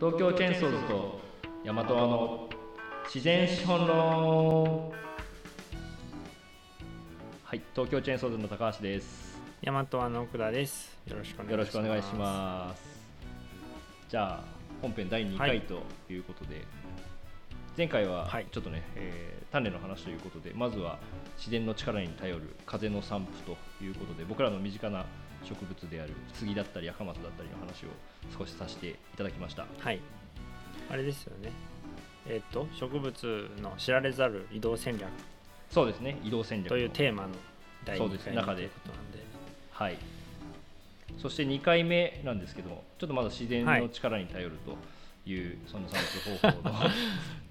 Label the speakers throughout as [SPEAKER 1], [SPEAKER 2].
[SPEAKER 1] 東京建装図と大和和の自然資本論はい東京建装図の高橋です
[SPEAKER 2] 大和和の奥田です。よろしくお願いします。
[SPEAKER 1] よろしくお願いしますじゃあ本編第2
[SPEAKER 2] は
[SPEAKER 1] 回
[SPEAKER 2] い
[SPEAKER 1] ということで、前回は
[SPEAKER 2] はい
[SPEAKER 1] ちょっとね、えー種の話ということでまずは自然の力に頼る風の散布ということで僕らの身近な植物である杉だったり赤松だったりの話を少しさせていただきました
[SPEAKER 2] はい。あれですよね。えっ、と植物の知られざる移動戦略
[SPEAKER 1] そうですね移動戦略
[SPEAKER 2] という
[SPEAKER 1] の
[SPEAKER 2] テーマの第
[SPEAKER 1] そう
[SPEAKER 2] 2
[SPEAKER 1] です
[SPEAKER 2] 回
[SPEAKER 1] 中で
[SPEAKER 2] のということなんで。
[SPEAKER 1] はい、そして2回目なんですけどもちょっとまだ自然
[SPEAKER 2] は
[SPEAKER 1] の
[SPEAKER 2] い
[SPEAKER 1] 力に頼るという、その散布方法 の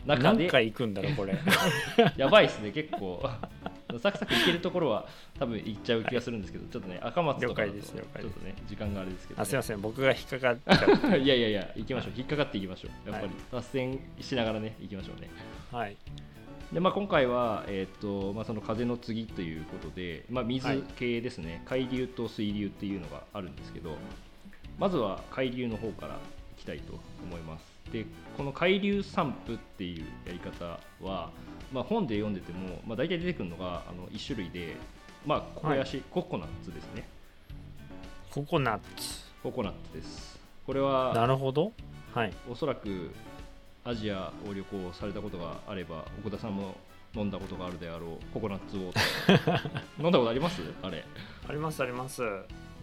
[SPEAKER 1] 中
[SPEAKER 2] 何
[SPEAKER 1] で
[SPEAKER 2] 回行くんだろうこれ。
[SPEAKER 1] やばいですね結構 サクサクいけるところは多分いっちゃう気がするんですけど、ちょっとね赤松とかだと
[SPEAKER 2] 了解で
[SPEAKER 1] ち
[SPEAKER 2] す了解
[SPEAKER 1] ょ
[SPEAKER 2] で
[SPEAKER 1] っ
[SPEAKER 2] す
[SPEAKER 1] とね時間があれですけど、
[SPEAKER 2] あ
[SPEAKER 1] ね、
[SPEAKER 2] すいません僕が引っかかっち ゃ
[SPEAKER 1] いやいやいや行きましょう引っかかっていきましょうやっぱり
[SPEAKER 2] はい
[SPEAKER 1] 脱線しながらね行きましょうね
[SPEAKER 2] う。はい。
[SPEAKER 1] でまあ、今回は、えーとまあ、その風の次ということで、まあ、
[SPEAKER 2] は
[SPEAKER 1] 水
[SPEAKER 2] い
[SPEAKER 1] 系ですね、海流と水流っていうのがあるんですけどまずは海流の方からいきたいと思いますでこの海流散布っていうやり方は、まあ、本で読んでても、まあ、大体出てくるのがあの1種類で、まあ、小林、ココナッツですね
[SPEAKER 2] ココナッツ。
[SPEAKER 1] ココナッツですこれ
[SPEAKER 2] な
[SPEAKER 1] は
[SPEAKER 2] るほど。はい。
[SPEAKER 1] おそらくアジアを旅行されたことがあれば奥田さんも飲んだことがあるであろ うココナッツウォーター飲んだことありますあれ、
[SPEAKER 2] ありますあります。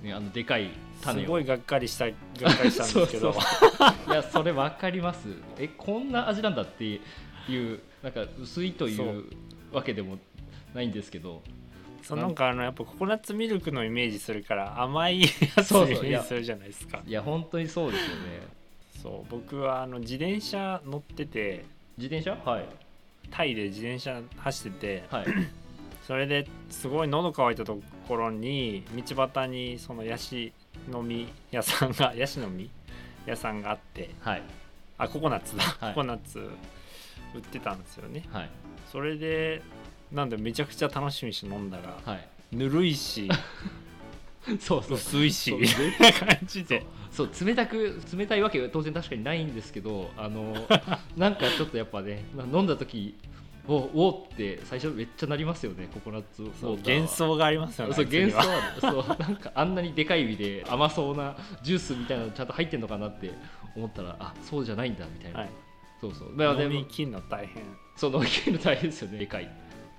[SPEAKER 1] ね、あのでかい
[SPEAKER 2] す
[SPEAKER 1] 種を
[SPEAKER 2] ごいがっかりしたがっかりしたんですけ ど。
[SPEAKER 1] そういやそれ分かりますえこんな味なんだっていうなんか薄いとい
[SPEAKER 2] そう
[SPEAKER 1] わけでもないんですけど
[SPEAKER 2] そうなんかあのやっぱココナッツミルクのイメージするから甘いやつ
[SPEAKER 1] そう
[SPEAKER 2] を
[SPEAKER 1] そう
[SPEAKER 2] イメ
[SPEAKER 1] い
[SPEAKER 2] ー
[SPEAKER 1] や
[SPEAKER 2] ジするじゃないですか
[SPEAKER 1] いや本当にそうですよね
[SPEAKER 2] そう僕はあの自転車乗ってて
[SPEAKER 1] 自転車はい
[SPEAKER 2] タイで自転車走ってて
[SPEAKER 1] はい
[SPEAKER 2] それですごい喉乾いたところに道端にそのヤシの実屋さんが ヤシの実屋さんがあって
[SPEAKER 1] はい
[SPEAKER 2] あココナッツだ、
[SPEAKER 1] はい
[SPEAKER 2] ココナッツ売ってたんですよね
[SPEAKER 1] はい
[SPEAKER 2] それでなんでめちゃくちゃ楽しみにして飲んだら
[SPEAKER 1] はい
[SPEAKER 2] ぬるいし
[SPEAKER 1] そうそう
[SPEAKER 2] 薄いし
[SPEAKER 1] そう
[SPEAKER 2] みたいな感じで
[SPEAKER 1] そう冷たく冷たいわけは当然確かにないんですけどあ のなんかちょっとやっぱねな飲んだ時おおーって最初めっちゃなりますよねココナッツウォーター
[SPEAKER 2] そう
[SPEAKER 1] は
[SPEAKER 2] 幻想がありますよね
[SPEAKER 1] そう
[SPEAKER 2] あいつに
[SPEAKER 1] 幻想
[SPEAKER 2] は
[SPEAKER 1] あるそう なんかあんなにでかい指で甘そうなジュースみたいなのちゃんと入ってんのかなって思ったらあそうじゃないんだみたいな、
[SPEAKER 2] はい
[SPEAKER 1] そうそうだからで
[SPEAKER 2] 飲
[SPEAKER 1] も
[SPEAKER 2] み切るの大変
[SPEAKER 1] その切るの大変ですよねでかい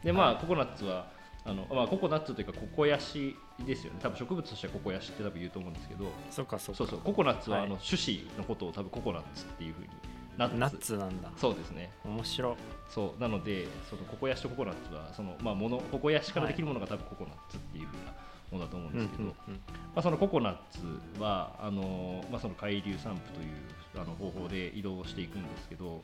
[SPEAKER 1] でまあ、
[SPEAKER 2] はい
[SPEAKER 1] ココナッツはあの、まあ、ココナッツというかココヤシですよね多分植物としてはココヤシって多分言うと思うんですけど
[SPEAKER 2] そっかそっか
[SPEAKER 1] そうそうココナッツは
[SPEAKER 2] は
[SPEAKER 1] あ
[SPEAKER 2] い
[SPEAKER 1] の種子のことを多分ココナッツっていうふうにナッツ
[SPEAKER 2] ナッツなんだ
[SPEAKER 1] そうですね
[SPEAKER 2] 面白
[SPEAKER 1] そうなのでそのココヤシとココナッツはそのまあものココヤシからできるものが多分ココナッツっていうふうなものだと思うんですけど、まあそのココナッツはあのまあその海流散布というあの方法で移動していくんですけど、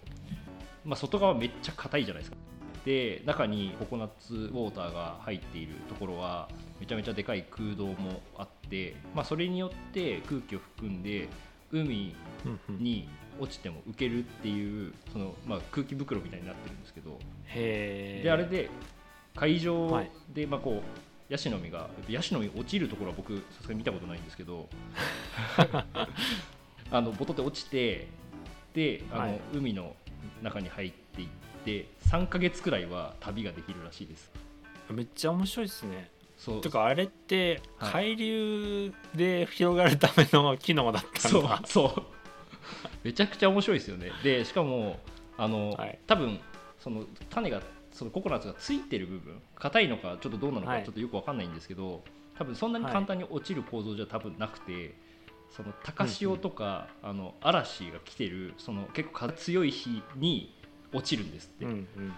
[SPEAKER 1] まあ外側めっちゃ硬いじゃないですか。で中にココナッツウォーターが入っているところはめちゃめちゃでかい空洞もあって、まあ、それによって空気を含んで海
[SPEAKER 2] うんうんうん
[SPEAKER 1] に落ちても受けるっていうその、まあ、空気袋みたいになってるんですけど
[SPEAKER 2] へえ
[SPEAKER 1] であれで会場
[SPEAKER 2] はい
[SPEAKER 1] で、まあ、こうヤシの実がヤシの実落ちるところは僕さすがに見たことないんですけ どあのボトって落ちてであの、
[SPEAKER 2] はい
[SPEAKER 1] 海の中に入っていって3ヶ月くらいは旅ができるらしいです。
[SPEAKER 2] めっちゃ面白いですね
[SPEAKER 1] そう
[SPEAKER 2] てかあれって
[SPEAKER 1] はい
[SPEAKER 2] 海流で広がるための機能だった
[SPEAKER 1] そ
[SPEAKER 2] ん
[SPEAKER 1] う
[SPEAKER 2] だ
[SPEAKER 1] そう めちゃくちゃ面白いですよねでしかもあの、
[SPEAKER 2] はい
[SPEAKER 1] 多分その種がそのココナッツがついてる部分硬いのかちょっとどうなのか
[SPEAKER 2] はい
[SPEAKER 1] ちょっとよくわかんないんですけど、多分そんなに簡単に落ちる構造じゃ多分なくて、その高潮とか、あの嵐が来てるその結構風強い日に落ちるんですって、
[SPEAKER 2] うんうん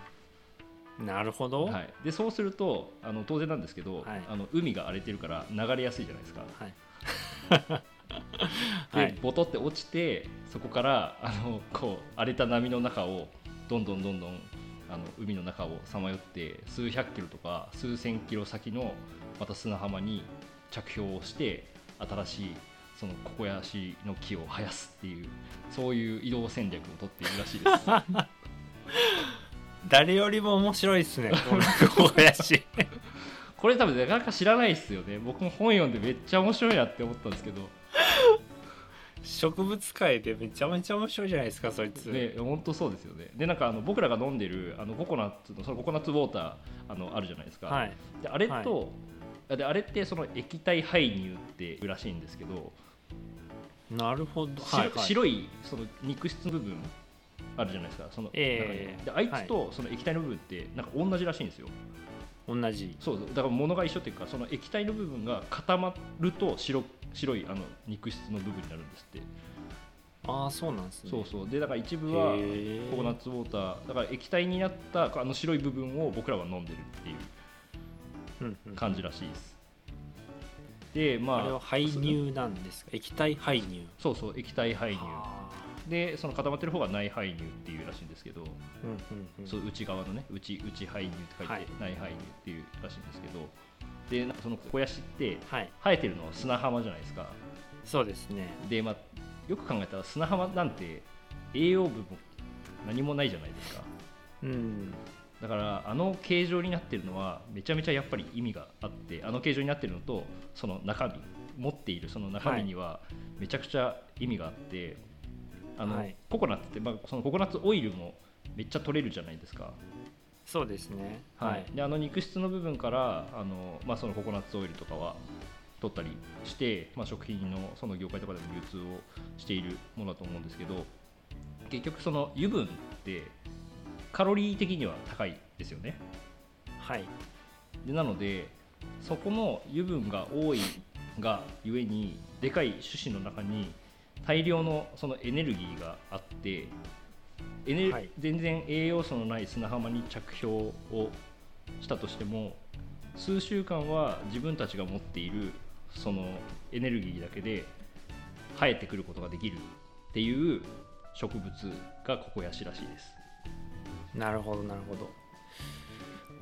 [SPEAKER 2] なるほど
[SPEAKER 1] は
[SPEAKER 2] はい
[SPEAKER 1] い、でそうするとあの当然なんですけど、
[SPEAKER 2] はい
[SPEAKER 1] あの海が荒れてるから流れやすいじゃないですか、で、
[SPEAKER 2] はい
[SPEAKER 1] ボトって落ちてそこからあのこう荒れた波の中をどんどんどんどんあの海の中をさまよって数百キロとか数千キロ先のまた砂浜に着氷をして新しいそのココヤシの木を生やすっていうそういう移動戦略を取っているらしいです
[SPEAKER 2] 誰よりも面白いですねこの小林
[SPEAKER 1] これ多分なかなか知らないですよね僕も本読んでめっちゃ面白いなって思ったんですけど
[SPEAKER 2] 植物界でめちゃめちゃ面白いじゃないですかそいつ、
[SPEAKER 1] で本当そうですよねでなんかあの僕らが飲んでるあのココナッツのそのココナッツウォーターあのあるじゃないですか、
[SPEAKER 2] はい
[SPEAKER 1] であれと、
[SPEAKER 2] はい
[SPEAKER 1] あであれってその液体排乳っていうらしいんですけど
[SPEAKER 2] なるほど、
[SPEAKER 1] 白,、
[SPEAKER 2] はいはい、
[SPEAKER 1] 白いその肉質の部分あるじゃないですかその、
[SPEAKER 2] ええ
[SPEAKER 1] 中にであいつとその液体の部分ってなんか同じらしいんですよ、
[SPEAKER 2] 同じ
[SPEAKER 1] そうだから物が一緒っていうかその液体の部分が固まると白白いあの肉質の部分になるんですって、
[SPEAKER 2] ああそうなんですね
[SPEAKER 1] そうそうでだから一部は
[SPEAKER 2] へー
[SPEAKER 1] ココナッツウォーターだから液体になったあの白い部分を僕らは飲んでるっていう
[SPEAKER 2] うんうん
[SPEAKER 1] 感じらしいです、でまあ
[SPEAKER 2] あれは排乳なんですか液体排乳
[SPEAKER 1] そうそう液体排乳
[SPEAKER 2] はあ
[SPEAKER 1] でその固まってる方が内排乳っていうらしいんですけど、
[SPEAKER 2] うんうんうん
[SPEAKER 1] そう内側のね内内排乳って書いて、
[SPEAKER 2] はい
[SPEAKER 1] 内排乳っていうらしいんですけどでなんかそのココヤシって
[SPEAKER 2] はい
[SPEAKER 1] 生えてるのは砂浜じゃないですか
[SPEAKER 2] そうですね
[SPEAKER 1] でまあよく考えたら砂浜なんて栄養分も何もないじゃないですか
[SPEAKER 2] うん
[SPEAKER 1] だからあの形状になってるのはめちゃめちゃやっぱり意味があってあの形状になってるのとその中身持っているその中身にはめちゃくちゃ意味があって、あの
[SPEAKER 2] はい
[SPEAKER 1] ココナッツって、まあ、そのココナッツオイルもめっちゃ取れるじゃないですか、
[SPEAKER 2] そうですね
[SPEAKER 1] はい、であの肉質の部分からあの、まあ、そのココナッツオイルとかは取ったりして、まあ、食品のその業界とかでも流通をしているものだと思うんですけど結局その油分ってカロリー的には高いですよね
[SPEAKER 2] はい
[SPEAKER 1] でなのでそこの油分が多いがゆえにでかい種子の中に大量のそのエネルギーがあってエネル
[SPEAKER 2] はい
[SPEAKER 1] 全然栄養素のない砂浜に着氷をしたとしても数週間は自分たちが持っているそのエネルギーだけで生えてくることができるっていう植物がココヤシらしいです。
[SPEAKER 2] なるほどなるほど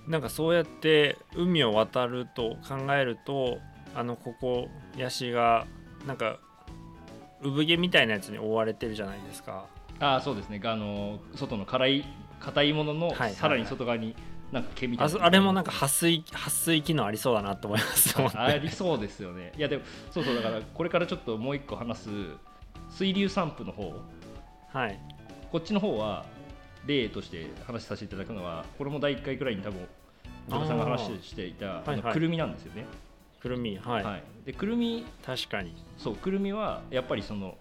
[SPEAKER 2] なんかそうやって海を渡ると考えるとあのここヤシがなんか産毛みたいなやつに覆われてるじゃないですか
[SPEAKER 1] ああそうですねがあの外の辛い硬いものの
[SPEAKER 2] いはいはい
[SPEAKER 1] さらに外側になんか毛みた
[SPEAKER 2] あ
[SPEAKER 1] いな
[SPEAKER 2] そあれもなんか撥水撥水機能ありそうだなと思い ますもんね
[SPEAKER 1] ありそうですよねいやでもそうそうだからこれからちょっともう一個話す水流散布の方
[SPEAKER 2] はい
[SPEAKER 1] こっちの方は例として話させていただくのはこれも第1回くらいに多分小田さんが話していたあ
[SPEAKER 2] ーはい
[SPEAKER 1] の
[SPEAKER 2] はい
[SPEAKER 1] くるみなんですよね、
[SPEAKER 2] くるみはい、
[SPEAKER 1] はいでくるみ
[SPEAKER 2] 確かに
[SPEAKER 1] そうくるみはやっぱりその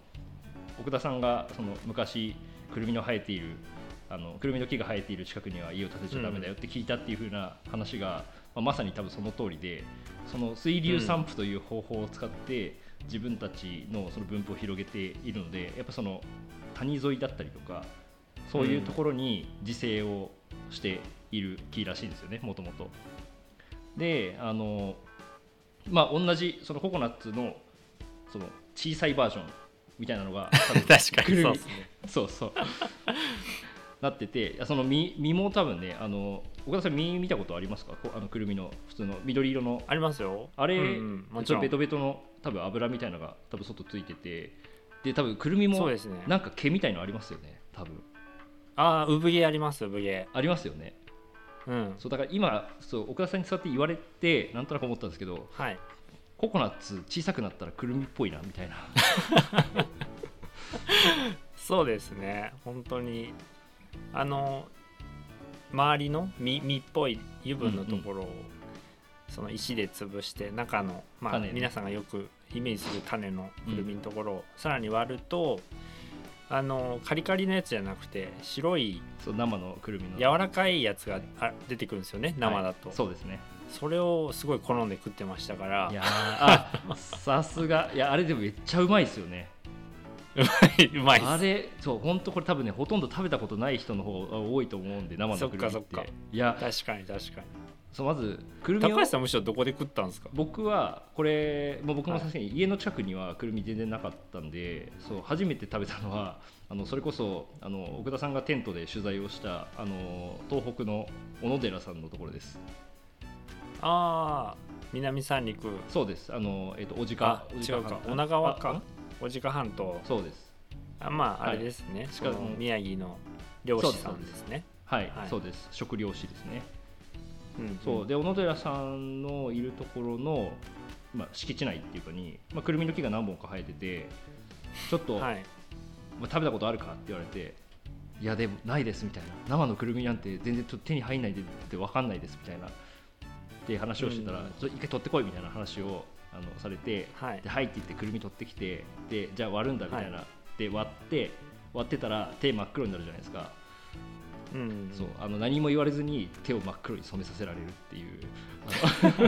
[SPEAKER 1] 奥田さんがその昔くるみの生えているあのくるみの木が生えている近くには家を建てちゃダメだよって聞いたっていう風な話が、まあまさに多分その通りでその水流散布という方法を使って自分たちのその分布を広げているのでやっぱその谷沿いだったりとかそういうところに自生をしている木らしいんですよねもともと。であのまあ同じそのココナッツのその小さいバージョンみたいなの が確
[SPEAKER 2] 確かにそうですね
[SPEAKER 1] そうそうなってていやその実実も多分ねあの岡田さん実見たことありますかこうあのくるみの普通の緑色の
[SPEAKER 2] ありますよ
[SPEAKER 1] あれ、
[SPEAKER 2] うんうんも
[SPEAKER 1] ち
[SPEAKER 2] ち
[SPEAKER 1] ょっと
[SPEAKER 2] ろん
[SPEAKER 1] ベトベトの多分油みたいなのが多分外ついててで多分くるみ
[SPEAKER 2] そ
[SPEAKER 1] も
[SPEAKER 2] うですね
[SPEAKER 1] なんか毛みたいのありますよね多分
[SPEAKER 2] ああ産毛あります産毛
[SPEAKER 1] ありますよね
[SPEAKER 2] うん
[SPEAKER 1] そうだから今そう奥田さんに座って言われてなんとなく思ったんですけど
[SPEAKER 2] はい
[SPEAKER 1] ココナッツ小さくなったらくるみっぽいなみたいな
[SPEAKER 2] そうですね本当にあの周りの実実っぽい油分のところを、その石で潰して中の、まあ
[SPEAKER 1] 種ね
[SPEAKER 2] 皆さんがよくイメージする種のくるみのところをさらに割ると、あのカリカリのやつじゃなくて白い
[SPEAKER 1] そう生のくるみの
[SPEAKER 2] 柔らかいやつがあ出てくるんですよね生だと、
[SPEAKER 1] はいそうですね
[SPEAKER 2] それをすごい好んで食ってましたから
[SPEAKER 1] いやーあさすがいやあれでもめっちゃうまいですよね
[SPEAKER 2] うまい
[SPEAKER 1] あ
[SPEAKER 2] っす
[SPEAKER 1] れそう本当これ多分ねほとんど食べたことない人の方が多いと思うんで生のくるみって
[SPEAKER 2] そっかそっか
[SPEAKER 1] いや
[SPEAKER 2] 確かに確かに
[SPEAKER 1] そうまずくるみを
[SPEAKER 2] 高橋さんむしろどこで食ったんですか
[SPEAKER 1] 僕はこれ、まあ、僕も確かに家の近くにはくるみ全然なかったんでそう初めて食べたのはあのそれこそあの奥田さんがテントで取材をしたあの東北の小野寺さんのところです
[SPEAKER 2] ああ南三陸
[SPEAKER 1] そうですあの、えっとおじ
[SPEAKER 2] あ
[SPEAKER 1] か
[SPEAKER 2] 違うか女川か小鹿半島
[SPEAKER 1] そうです
[SPEAKER 2] あまあ
[SPEAKER 1] は
[SPEAKER 2] あ
[SPEAKER 1] い
[SPEAKER 2] れですね、
[SPEAKER 1] し
[SPEAKER 2] そ
[SPEAKER 1] か
[SPEAKER 2] の
[SPEAKER 1] も
[SPEAKER 2] 宮城の漁師さんですね
[SPEAKER 1] はい、
[SPEAKER 2] はい
[SPEAKER 1] そうです食料士ですね
[SPEAKER 2] うんん
[SPEAKER 1] そうで小野寺さんのいるところの、まあ、敷地内っていうかに、まあ、くるみの木が何本か生えててちょっと、
[SPEAKER 2] はい
[SPEAKER 1] まあ食べたことあるかって言われていやでもないですみたいな生のくるみなんて全然ちょっと手に入んないでって分かんないですみたいなって話をしてたら、
[SPEAKER 2] う
[SPEAKER 1] ちょ
[SPEAKER 2] ん
[SPEAKER 1] っと一回取ってこいみたいな話をあのされて
[SPEAKER 2] はい
[SPEAKER 1] ではいって言ってくるみ取ってきてでじゃあ割るんだみたいな、で割って割ってたら手真っ黒になるじゃないですか、
[SPEAKER 2] うん
[SPEAKER 1] そうあの何も言われずに手を真っ黒に染めさせられるっていう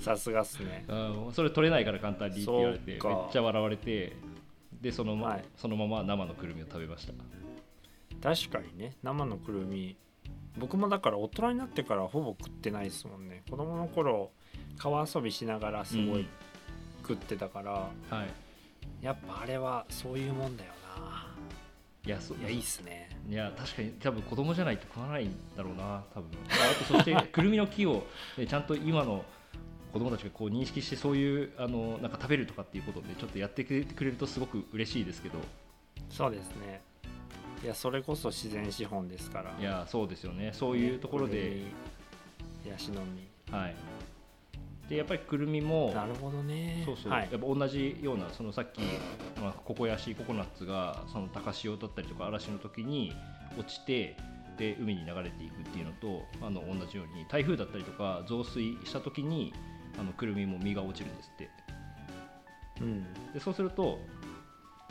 [SPEAKER 2] さすがっすね
[SPEAKER 1] あのあのそれ取れないから簡単にって言われてめっ
[SPEAKER 2] そうか
[SPEAKER 1] ちゃ笑われてでその,、ま
[SPEAKER 2] はい
[SPEAKER 1] そのまま生のくるみを食べました
[SPEAKER 2] 確かにね生のくるみ僕もだから大人になってからほぼ食ってないですもんね子供の頃川遊びしながらすご
[SPEAKER 1] う
[SPEAKER 2] い
[SPEAKER 1] ん
[SPEAKER 2] 食ってたから、
[SPEAKER 1] はい
[SPEAKER 2] やっぱあれはそういうもんだよない
[SPEAKER 1] やそう
[SPEAKER 2] いやいいっすね
[SPEAKER 1] いや確かに多分子供じゃないと食わないんだろうな多分ああとそして くるみの木を、ね、ちゃんと今の子供たちがこう認識してそういうあのなんか食べるとかっていうことでちょっとやってくれてくれるとすごく嬉しいですけど
[SPEAKER 2] そうですねいやそれこそ自然資本ですから
[SPEAKER 1] いやそうですよねそういうところで、
[SPEAKER 2] くるみヤシの実
[SPEAKER 1] はいでやっぱりくるみも
[SPEAKER 2] なるほどね
[SPEAKER 1] そうそう、
[SPEAKER 2] はい
[SPEAKER 1] やっぱ同じようなそのさっき、まあ、ココヤシココナッツがその高潮だったりとか嵐の時に落ちてで海に流れていくっていうのとあの同じように台風だったりとか増水した時にあのクルミも実が落ちるんですって
[SPEAKER 2] うん
[SPEAKER 1] でそうすると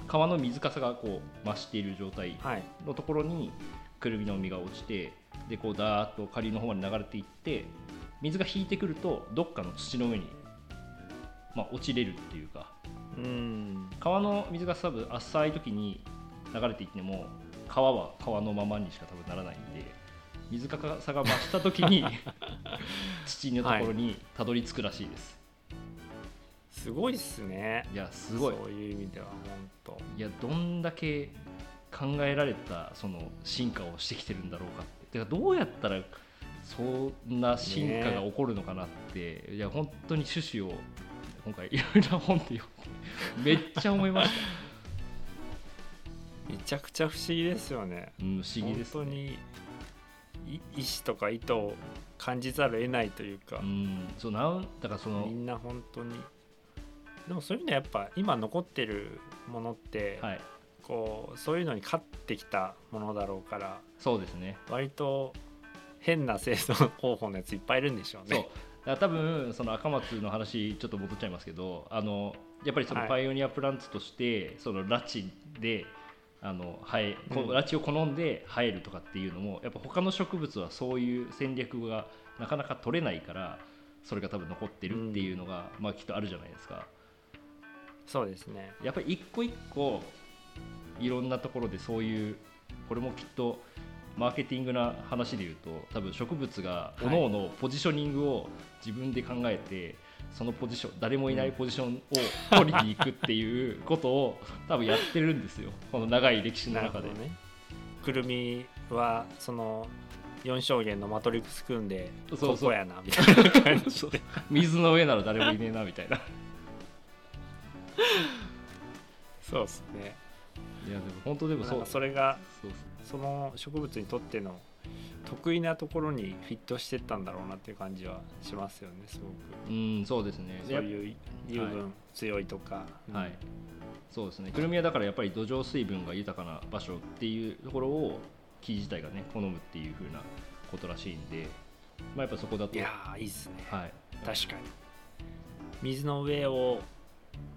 [SPEAKER 1] 川の水かさがこう増している状態
[SPEAKER 2] はい
[SPEAKER 1] のところにくるみの実が落ちてでこうダーッと下流の方まで流れていって水が引いてくるとどっかの土の上に、まあ、落ちれるっていうか
[SPEAKER 2] うん
[SPEAKER 1] 川の水が多分浅い時に流れていっても川は川のままにしか多分ならないんで水かさが増した時 に土のところにたどり着くらしいです、
[SPEAKER 2] すごいっすね
[SPEAKER 1] い、やすごい
[SPEAKER 2] そういう意味では本
[SPEAKER 1] いやどんだけ考えられたその進化をしてきてるんだろうかっててかどうやったらそんな進化が起こるのかなって、いや本当に趣旨を今回いろいろな本で読んでめっちゃ思いました、
[SPEAKER 2] 当めちゃくちゃ不思議ですよね
[SPEAKER 1] うん、不思議です、ね、
[SPEAKER 2] 本当にい意志とか意図を感じざるを得ないというか
[SPEAKER 1] う、んそうなんだからその
[SPEAKER 2] みんな本当にでもそういうのはやっぱ今残ってるものって、
[SPEAKER 1] はい
[SPEAKER 2] こうそういうのに勝ってきたものだろうから
[SPEAKER 1] そうですね
[SPEAKER 2] 割と変な生存方法のやついっぱいいるんでしょう
[SPEAKER 1] そう
[SPEAKER 2] ね。
[SPEAKER 1] だから多分その赤松の話ちょっと戻っちゃいますけどあのやっぱりその
[SPEAKER 2] はい
[SPEAKER 1] パイオニアプランツとして、その拉致であの生えこ
[SPEAKER 2] うん
[SPEAKER 1] 拉致を好んで生えるとかっていうのもやっぱ他の植物はそういう戦略がなかなか取れないからそれが多分残ってるっていうのが、まあきっとあるじゃないですか
[SPEAKER 2] そうですね。
[SPEAKER 1] やっぱり一個一個いろんなところでそういうこれもきっとマーケティングな話で言うと多分植物が
[SPEAKER 2] はい
[SPEAKER 1] 各々ポジショニングを自分で考えて、そのポジション誰もいないポジションを取りに行くっていうことを多分やってるんですよこの長い歴史の
[SPEAKER 2] なるほ
[SPEAKER 1] 中で
[SPEAKER 2] ど。ね。くるみはその4象限のマトリックス組んで
[SPEAKER 1] そうそう
[SPEAKER 2] ここやなみたいな感 じで
[SPEAKER 1] 水の上なら誰もいねえなみた いな。
[SPEAKER 2] そうですね
[SPEAKER 1] いやでも本当でも
[SPEAKER 2] な
[SPEAKER 1] そ
[SPEAKER 2] ん
[SPEAKER 1] う
[SPEAKER 2] かそれが
[SPEAKER 1] そうそう
[SPEAKER 2] その植物にとっての得意なところにフィットしてったんだろうなっていう感じはしますよねすごく
[SPEAKER 1] うんそうですね。
[SPEAKER 2] そういう油分強いとか、
[SPEAKER 1] はい、そうですねくるみはだからやっぱり土壌水分が豊かな場所っていうところを木自体がね好むっていう風なことらしいんで、まあ、やっぱそこだ
[SPEAKER 2] い
[SPEAKER 1] と
[SPEAKER 2] やーいいっすね
[SPEAKER 1] はい、
[SPEAKER 2] 確かに水の上を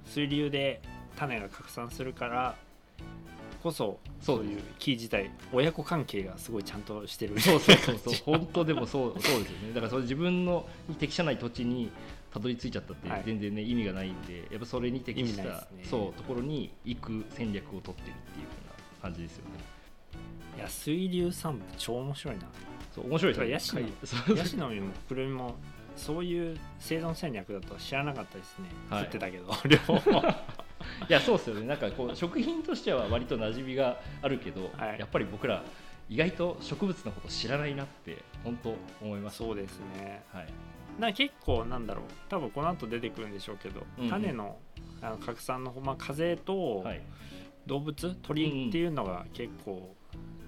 [SPEAKER 2] 水流で種が拡散するからこそ
[SPEAKER 1] そ
[SPEAKER 2] そうう
[SPEAKER 1] です
[SPEAKER 2] いう木自体親子関係がすごいちゃんとしてる
[SPEAKER 1] そうそうそうそう本当でもそう そうですよねだからそれ自分のに適さない土地にたどり着いちゃったって
[SPEAKER 2] はい
[SPEAKER 1] 全然ね、意味がないんでやっぱそれに適した、
[SPEAKER 2] 意味ないですね
[SPEAKER 1] そうところに行く戦略を取ってるっていう風な感じですよね
[SPEAKER 2] いや水流散歩超面白いな
[SPEAKER 1] そう面白いです
[SPEAKER 2] それ
[SPEAKER 1] ね
[SPEAKER 2] ヤシ
[SPEAKER 1] そう
[SPEAKER 2] ヤシの実もくるみもそういう生存戦略だとは知らなかったですね、
[SPEAKER 1] はい
[SPEAKER 2] 食ってた けど両方
[SPEAKER 1] いやそうですよねなんかこう食品としては割と馴染みがあるけど、
[SPEAKER 2] はい
[SPEAKER 1] やっぱり僕ら意外と植物のこと知らないなって本当思いまし
[SPEAKER 2] そうですね
[SPEAKER 1] たはい
[SPEAKER 2] なんか結構なんだろう多分この後出てくるんでしょうけど、
[SPEAKER 1] うんうん
[SPEAKER 2] 種のあの拡散の、まあ、風と
[SPEAKER 1] はい
[SPEAKER 2] 動物
[SPEAKER 1] うんう
[SPEAKER 2] 鳥
[SPEAKER 1] ん
[SPEAKER 2] っていうのが結構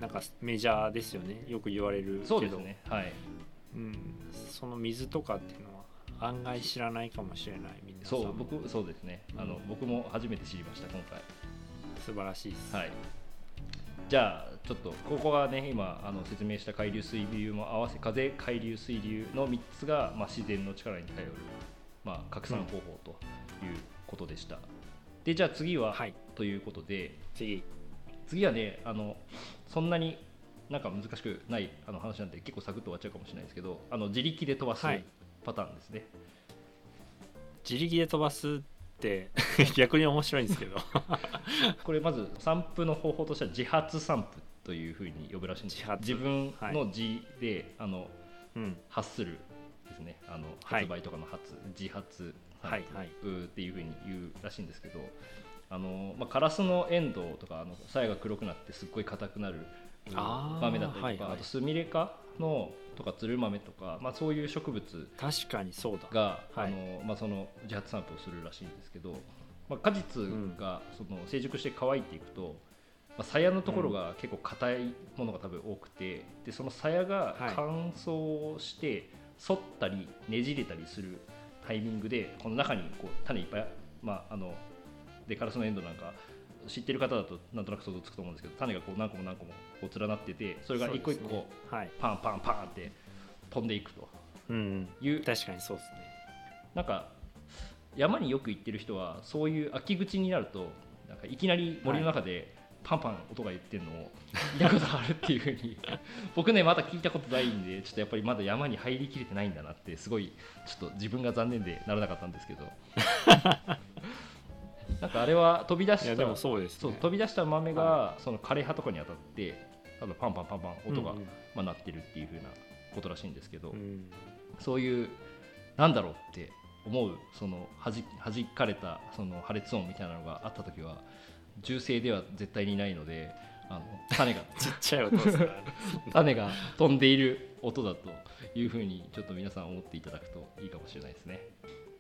[SPEAKER 2] なんかメジャーですよねよく言われるけど
[SPEAKER 1] そうですねはい
[SPEAKER 2] うん、その水とかっていうのは案外知らないかもしれないみんなさん
[SPEAKER 1] そ
[SPEAKER 2] も
[SPEAKER 1] う僕そうですね、あの
[SPEAKER 2] うん
[SPEAKER 1] 僕も初めて知りました今回
[SPEAKER 2] 素晴らしいです、
[SPEAKER 1] はいじゃあちょっとここはね今あの説明した海流水流も合わせ風海流水流の3つが、まあ、自然の力に頼る、まあ、拡散方法ということでした、でじゃあ次は、
[SPEAKER 2] はい
[SPEAKER 1] ということで
[SPEAKER 2] 次
[SPEAKER 1] 次はねあのそんなになんか難しくないあの話なんで結構サクッと終わっちゃうかもしれないですけどあの自力で飛ばす
[SPEAKER 2] はい
[SPEAKER 1] パターンですね、
[SPEAKER 2] 自力で飛ばすって 逆に面白いんで すけど
[SPEAKER 1] これまず散布の方法としては自発散布というふうに呼ぶらしいんです
[SPEAKER 2] 自発
[SPEAKER 1] 自分
[SPEAKER 2] はい
[SPEAKER 1] の字で、あの
[SPEAKER 2] うん
[SPEAKER 1] 発するですねあの
[SPEAKER 2] はい
[SPEAKER 1] 発売とかの発、自発散布
[SPEAKER 2] はいはいう
[SPEAKER 1] ーっていうふうに言うらしいんですけどあの、まあ、カラスのエンドウとかあの鞘が黒くなってすっごい硬くなるうん
[SPEAKER 2] あー
[SPEAKER 1] 豆だったりとか、
[SPEAKER 2] はいはい
[SPEAKER 1] あとスミレ科のとかツルマメとか、まあ、そういう植物
[SPEAKER 2] 確かにそうだ
[SPEAKER 1] が、
[SPEAKER 2] はい
[SPEAKER 1] あのまあ、その自発散布をするらしいんですけど、まあ、果実がその成熟して乾いていくと、まあ、鞘のところが結構硬いものが多分多くてでその鞘が
[SPEAKER 2] はい
[SPEAKER 1] 乾燥して反ったりねじれたりするタイミングでこの中にこう種いっぱい、まあ、あのでカラスのエンドウなんか知ってる方だとなんとなく想像つくと思うんですけど種がこう何個も何個もこう連なっててそれが一個一
[SPEAKER 2] そう
[SPEAKER 1] 個
[SPEAKER 2] ですねはい、
[SPEAKER 1] パンパンパンって飛んでいくと
[SPEAKER 2] うん、
[SPEAKER 1] いう
[SPEAKER 2] 確かにそうですね
[SPEAKER 1] なんか山によく行ってる人はそういう秋口になるとなんかいきなり森の中でパンパン音が言ってるのを 見たことあるっていうふうに 僕ねまだ聞いたことないんでちょっとやっぱりまだ山に入りきれてないんだなってすごいちょっと自分が残念でならなかったんですけ どなんかあれは飛び出し
[SPEAKER 2] い
[SPEAKER 1] た
[SPEAKER 2] やでもそうです
[SPEAKER 1] そう
[SPEAKER 2] ね
[SPEAKER 1] 飛び出した豆がその枯れ葉とかに当たって多分パンパンパンパン音が
[SPEAKER 2] うんうん
[SPEAKER 1] まあ鳴ってるっていうふうなことらしいんですけど、
[SPEAKER 2] うん
[SPEAKER 1] そういうなんだろうって思うそのはじ弾かれたその破裂音みたいなのがあった時は銃声では絶対にないのであ の種が
[SPEAKER 2] ちっちゃい音ですからね
[SPEAKER 1] 種が飛んでいる音だというふうにちょっと皆さん思っていただくといいかもしれないですね。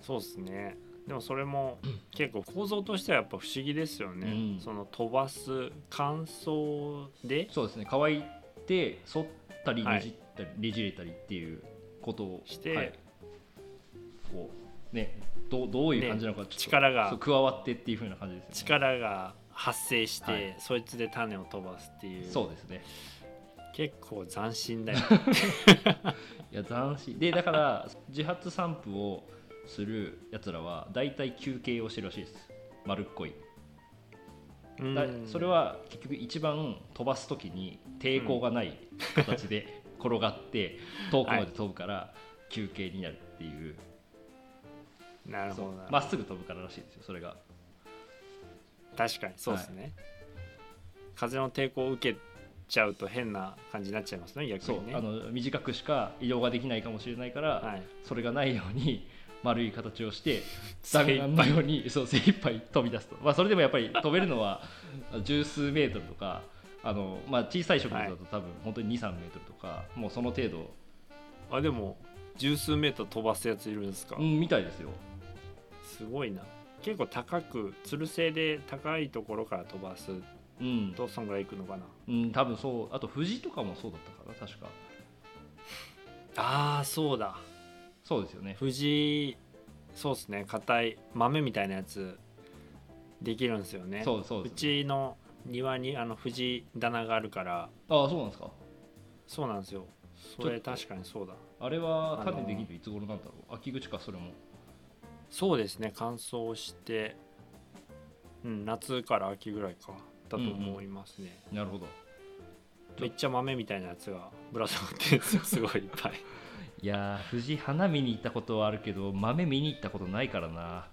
[SPEAKER 2] そうですねでもそれも結構構造としてはやっぱ不思議ですよね、
[SPEAKER 1] うん
[SPEAKER 2] その飛ばす乾燥で
[SPEAKER 1] そうですね乾いて反ったり
[SPEAKER 2] はい
[SPEAKER 1] ねじったり、ねじれたりっていうことを
[SPEAKER 2] して
[SPEAKER 1] はいこうねどうどういう感じなのか、ちょっと
[SPEAKER 2] 力が
[SPEAKER 1] そう加わってっていうふうな感じですよね。
[SPEAKER 2] 力が発生して、
[SPEAKER 1] はい
[SPEAKER 2] そいつで種を飛ばすっていう
[SPEAKER 1] そうですね
[SPEAKER 2] 結構斬 新だよね
[SPEAKER 1] いや斬新でだから自発散布をするやつらは大体休憩をしてるらしいです丸っこいだ
[SPEAKER 2] うん
[SPEAKER 1] それは結局一番飛ばす時に抵抗がない形で転がって 遠くまで飛ぶから休憩になるっていう
[SPEAKER 2] なる
[SPEAKER 1] そ
[SPEAKER 2] ほど
[SPEAKER 1] う
[SPEAKER 2] な
[SPEAKER 1] まっすぐ飛ぶかららしいですよそれが
[SPEAKER 2] 確かにそうですね、風の抵抗を受けちゃうと変な感じになっちゃいますね逆
[SPEAKER 1] そう
[SPEAKER 2] にね
[SPEAKER 1] あの短くしか移動ができないかもしれないから、
[SPEAKER 2] はい、
[SPEAKER 1] それがないように 丸い形をしてダメなようにそう精一杯飛び出すと、まあ、それでもやっぱり飛べるのは十数メートルとかあの、まあ、小さい植物だと多分本当に23メートルとかもうその程度、
[SPEAKER 2] あでも十数メートル飛ばすやついるんですか、
[SPEAKER 1] うん、みたいですよ
[SPEAKER 2] すごいな結構高くつる性で高いところから飛ばす
[SPEAKER 1] うん、
[SPEAKER 2] とそんぐらいいくのかな
[SPEAKER 1] うん、多分そうあと藤とかもそうだったかな確か
[SPEAKER 2] あーそうだ
[SPEAKER 1] そうですよね
[SPEAKER 2] 藤そうですね硬い豆みたいなやつできるんですよね
[SPEAKER 1] そうそう
[SPEAKER 2] う
[SPEAKER 1] ですね
[SPEAKER 2] ちの庭にあの藤棚があるから
[SPEAKER 1] ああそうなんですか
[SPEAKER 2] そうなんですよそれ確かにそうだ
[SPEAKER 1] あれは
[SPEAKER 2] あ
[SPEAKER 1] 種
[SPEAKER 2] の
[SPEAKER 1] できるのいつ頃なんだろう秋口かそれも
[SPEAKER 2] そうですね乾燥して、うん、夏から秋ぐらいかだと思いますね、
[SPEAKER 1] なるほどうん
[SPEAKER 2] めっちゃ豆みたいなやつがぶら下がってるんですよすごいいっ ぱい
[SPEAKER 1] いやー藤花見に行ったことはあるけど豆見に行ったことないからな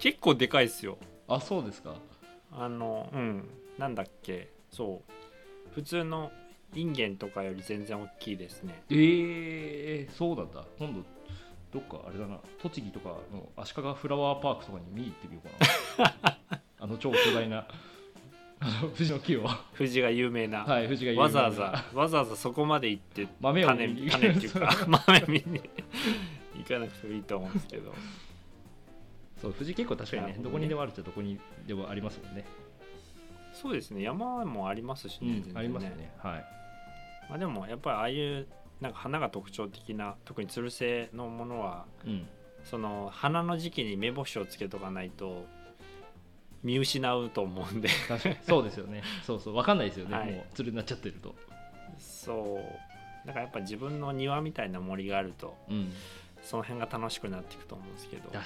[SPEAKER 2] 結構でかいですよ
[SPEAKER 1] あそうですか
[SPEAKER 2] あのうんなんだっけそう普通のインゲンとかより全然大きいですね
[SPEAKER 1] ええそうなんだ今度どっかあれだな栃木とかの足利フラワーパークとかに見に行ってみようか なあの超巨大なあの藤の木を
[SPEAKER 2] 藤が有名な、
[SPEAKER 1] はい藤が有名な
[SPEAKER 2] わざわざわざわざそこまで行って
[SPEAKER 1] 豆を
[SPEAKER 2] 種
[SPEAKER 1] 見に
[SPEAKER 2] 種っていうか 豆見に行かなくてもいいと思うんですけど
[SPEAKER 1] そう藤結構確かに
[SPEAKER 2] な
[SPEAKER 1] ね
[SPEAKER 2] るほど
[SPEAKER 1] ど
[SPEAKER 2] ね
[SPEAKER 1] こにでもあるっちゃどこにでもありますもんね
[SPEAKER 2] そうですね山もありますしね,全然ね、
[SPEAKER 1] ありますよねはい
[SPEAKER 2] まあ、でもやっぱりああいうなんか花が特徴的な特につる性のものは
[SPEAKER 1] うん
[SPEAKER 2] その花の時期に目星をつけとかないと見失うと思うんで
[SPEAKER 1] 確かにそうですよねそうそう分かんないですよね、
[SPEAKER 2] はい
[SPEAKER 1] もうつるになっちゃってると
[SPEAKER 2] そうだからやっぱ自分の庭みたいな森があると
[SPEAKER 1] うん
[SPEAKER 2] その辺が楽しくなっていくと思うんですけど
[SPEAKER 1] 確か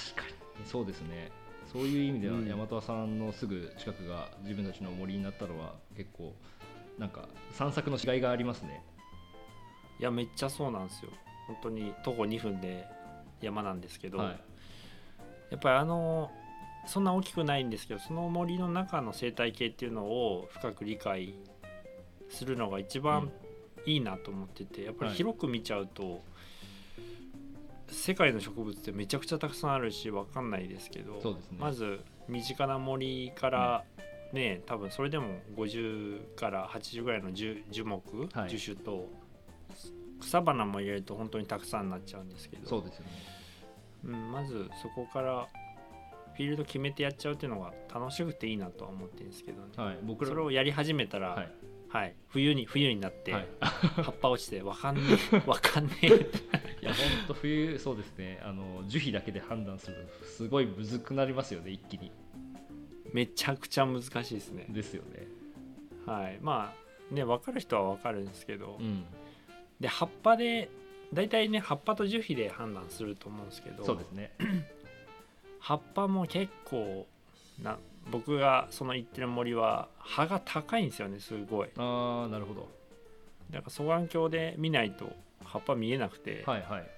[SPEAKER 1] にそうですねそういう意味では、
[SPEAKER 2] うん
[SPEAKER 1] 山田さんのすぐ近くが自分たちの森になったのは結構なんか散策のしがいがありますね
[SPEAKER 2] いやめっちゃそうなんですよ本当に徒歩2分で山なんですけど、
[SPEAKER 1] はい
[SPEAKER 2] やっぱりあのそんな大きくないんですけどその森の中の生態系っていうのを深く理解するのが一番いいなと思ってて、やっぱり
[SPEAKER 1] はい
[SPEAKER 2] 広く見ちゃうと、世界の植物ってめちゃくちゃたくさんあるし分かんないですけど
[SPEAKER 1] そうですね
[SPEAKER 2] まず身近な森から、ね多分それでも50から80ぐらいの樹樹木、
[SPEAKER 1] はい
[SPEAKER 2] 樹種と草花も入れると本当にたくさんになっちゃうんですけど
[SPEAKER 1] そうですよね
[SPEAKER 2] うん、まずそこからフィールド決めてやっちゃうっていうのが楽しくていいなとは思ってるんですけどね、
[SPEAKER 1] はい僕ら
[SPEAKER 2] それをやり始めたら、
[SPEAKER 1] は
[SPEAKER 2] はい
[SPEAKER 1] い、
[SPEAKER 2] 冬に冬になって、
[SPEAKER 1] はい、
[SPEAKER 2] 葉っぱ落ちてわかんね えわかんねえ
[SPEAKER 1] いや本当冬そうですねあの樹皮だけで判断するとすごいむずくなりますよね一気に
[SPEAKER 2] めちゃくちゃ難しいですね、
[SPEAKER 1] ですよね
[SPEAKER 2] はいまあね分かる人は分かるんですけど、
[SPEAKER 1] うん
[SPEAKER 2] で葉っぱで大体ね葉っぱと樹皮で判断すると思うんですけど
[SPEAKER 1] そうですね
[SPEAKER 2] 葉っぱも結構な僕がその行ってる森は葉が高いんですよねすごい
[SPEAKER 1] ああなるほど
[SPEAKER 2] だから双眼鏡で見ないと葉っぱ見えなくて、
[SPEAKER 1] はいはい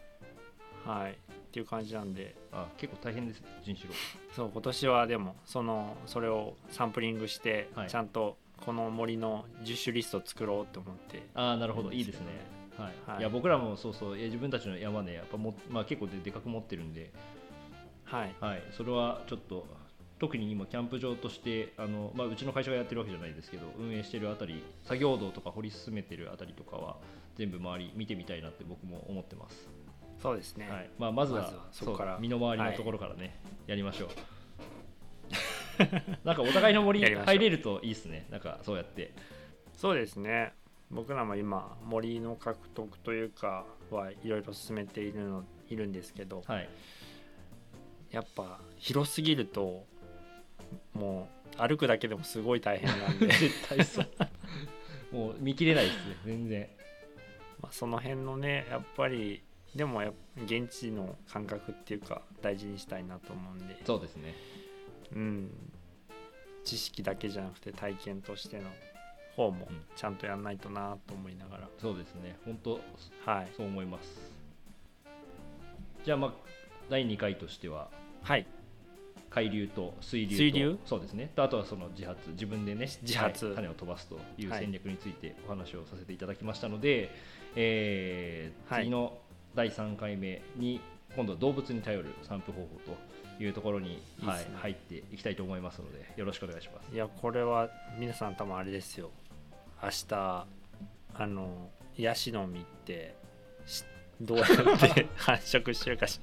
[SPEAKER 2] はいっていう感じなんで
[SPEAKER 1] あ結構大変ですね人種
[SPEAKER 2] そう今年はでもそのそれをサンプリングして、
[SPEAKER 1] はい
[SPEAKER 2] ちゃんとこの森の10種リストを作ろうと思って
[SPEAKER 1] ああなるほど
[SPEAKER 2] い
[SPEAKER 1] い
[SPEAKER 2] い
[SPEAKER 1] い
[SPEAKER 2] で
[SPEAKER 1] ですす
[SPEAKER 2] よ
[SPEAKER 1] ね
[SPEAKER 2] ね
[SPEAKER 1] はい、
[SPEAKER 2] はい
[SPEAKER 1] い、や僕らもそうそういや自分たちの山ねやっぱも、まあ、結構ででかく持ってるんで、
[SPEAKER 2] はい
[SPEAKER 1] はい、それはちょっと特に今キャンプ場としてあの、まあ、うちの会社がやってるわけじゃないですけど運営してるあたり作業道とか掘り進めてるあたりとかは全部周り見てみたいなって僕も思ってます、
[SPEAKER 2] そうですね、
[SPEAKER 1] はいまあ、まずは
[SPEAKER 2] まずはそこから
[SPEAKER 1] う身の回りのところからね、やりましょう なんかお互いの森
[SPEAKER 2] やりましょう
[SPEAKER 1] 入れるといいですねなんかそうやって
[SPEAKER 2] そうですね僕らも今森の獲得というかはいろいろ進めているのいるんですけど、
[SPEAKER 1] はい
[SPEAKER 2] やっぱ広すぎるともう歩くだけでもすごい大変なんで
[SPEAKER 1] 絶対そう もう見切れないですね全然
[SPEAKER 2] まあその辺のねやっぱりでもやっぱ現地の感覚っていうか大事にしたいなと思うんで
[SPEAKER 1] そうですね
[SPEAKER 2] うん、知識だけじゃなくて体験としての方も
[SPEAKER 1] うん
[SPEAKER 2] ちゃんとやんないとなと思いながら、
[SPEAKER 1] そうですね本当
[SPEAKER 2] はい、
[SPEAKER 1] そう思いますじゃあまあ第2回としては
[SPEAKER 2] はい、
[SPEAKER 1] 海流と水流と
[SPEAKER 2] 水流
[SPEAKER 1] そうですねとあとはその自発自分でね
[SPEAKER 2] 自発
[SPEAKER 1] はい種を飛ばすという
[SPEAKER 2] はい
[SPEAKER 1] 戦略についてお話をさせていただきましたので、えー
[SPEAKER 2] はい
[SPEAKER 1] 次の第3回目に今度は動物に頼る散布方法というところに
[SPEAKER 2] いいっ
[SPEAKER 1] は
[SPEAKER 2] す
[SPEAKER 1] い
[SPEAKER 2] ね
[SPEAKER 1] 入っていきたいと思いますのでよろしくお願いします
[SPEAKER 2] いやこれは皆さん多分あれですよ明日あのヤシの実ってしどうやって 繁殖してるかし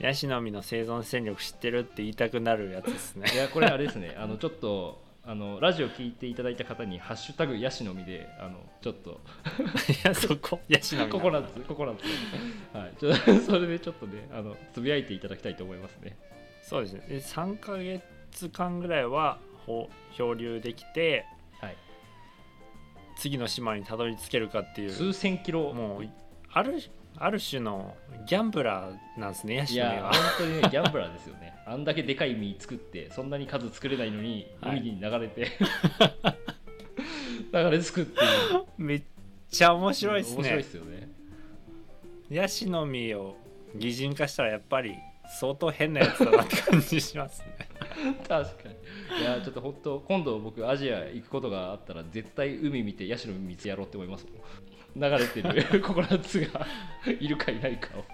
[SPEAKER 2] ヤシの実の生存戦略知ってるって言いたくなるやつで すね
[SPEAKER 1] いやこれあれです ねあのちょっとあのラジオ聞いていただいた方に「ハッシュタグヤシの実で」あのちょっと
[SPEAKER 2] いやそこヤシの実
[SPEAKER 1] ココナッツココナッツはいちょ それでちょっとねあのつぶやいていただきたいと思いますね
[SPEAKER 2] そうですねで3ヶ月間ぐらいはほ漂流できて
[SPEAKER 1] はい
[SPEAKER 2] 次の島にたどり着けるかっていう
[SPEAKER 1] 数千キロ
[SPEAKER 2] もうあるある種のギャンブラーなんですねヤ
[SPEAKER 1] い
[SPEAKER 2] シの実
[SPEAKER 1] や
[SPEAKER 2] は
[SPEAKER 1] 本当にねギャンブラーですよね あんだけでかい実作ってそんなに数作れないのに
[SPEAKER 2] はい
[SPEAKER 1] 海に流れて、 流れ作って面
[SPEAKER 2] めっちゃ面白いですね
[SPEAKER 1] 面白いですよね
[SPEAKER 2] ヤシの実を擬人化したらやっぱり相当変なやつだなって感じしますね
[SPEAKER 1] 確かにいやちょっと本当今度僕アジア行くことがあったら絶対海見てヤシの実見つやろうって思いますもん流れてる ココナッツがいるかいないかを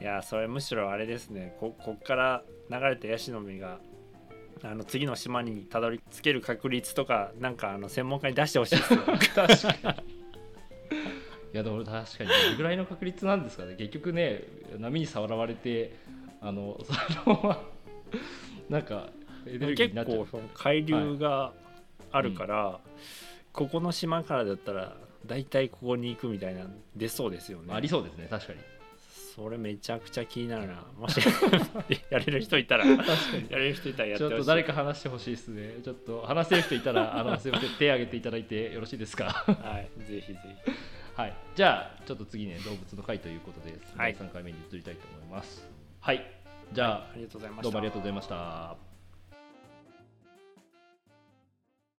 [SPEAKER 2] いやそれむしろあれですねここっから流れたヤシの実があの次の島にたどり着ける確率とかなんかあの専門家に出してほしいですよ
[SPEAKER 1] 確かに いやでも確かにどれぐらいの確率なんですかね結局ね波にさらわれてあのそのままなんかエネルギー
[SPEAKER 2] 結
[SPEAKER 1] になっちゃう
[SPEAKER 2] 構その海流があるから、ここの島からだったら大体ここに行くみたいな出そうですよね
[SPEAKER 1] ありそうですね確かに
[SPEAKER 2] それめちゃくちゃ気になるな もしやれる人いたら
[SPEAKER 1] 確かに
[SPEAKER 2] やれる人いたらや
[SPEAKER 1] ち
[SPEAKER 2] って
[SPEAKER 1] ょ
[SPEAKER 2] ほ
[SPEAKER 1] っ
[SPEAKER 2] しい
[SPEAKER 1] と誰か話してほしいですねちょっと話せる人いた らあのすいません手挙げていただいてよろしいですか
[SPEAKER 2] はいぜひぜひ
[SPEAKER 1] はいじゃあちょっと次ね動物の会ということで
[SPEAKER 2] は
[SPEAKER 1] 第
[SPEAKER 2] い
[SPEAKER 1] 3回目に移りたいと思いますはい、じゃあ
[SPEAKER 2] ありがとうございました
[SPEAKER 1] どうもありがとうございました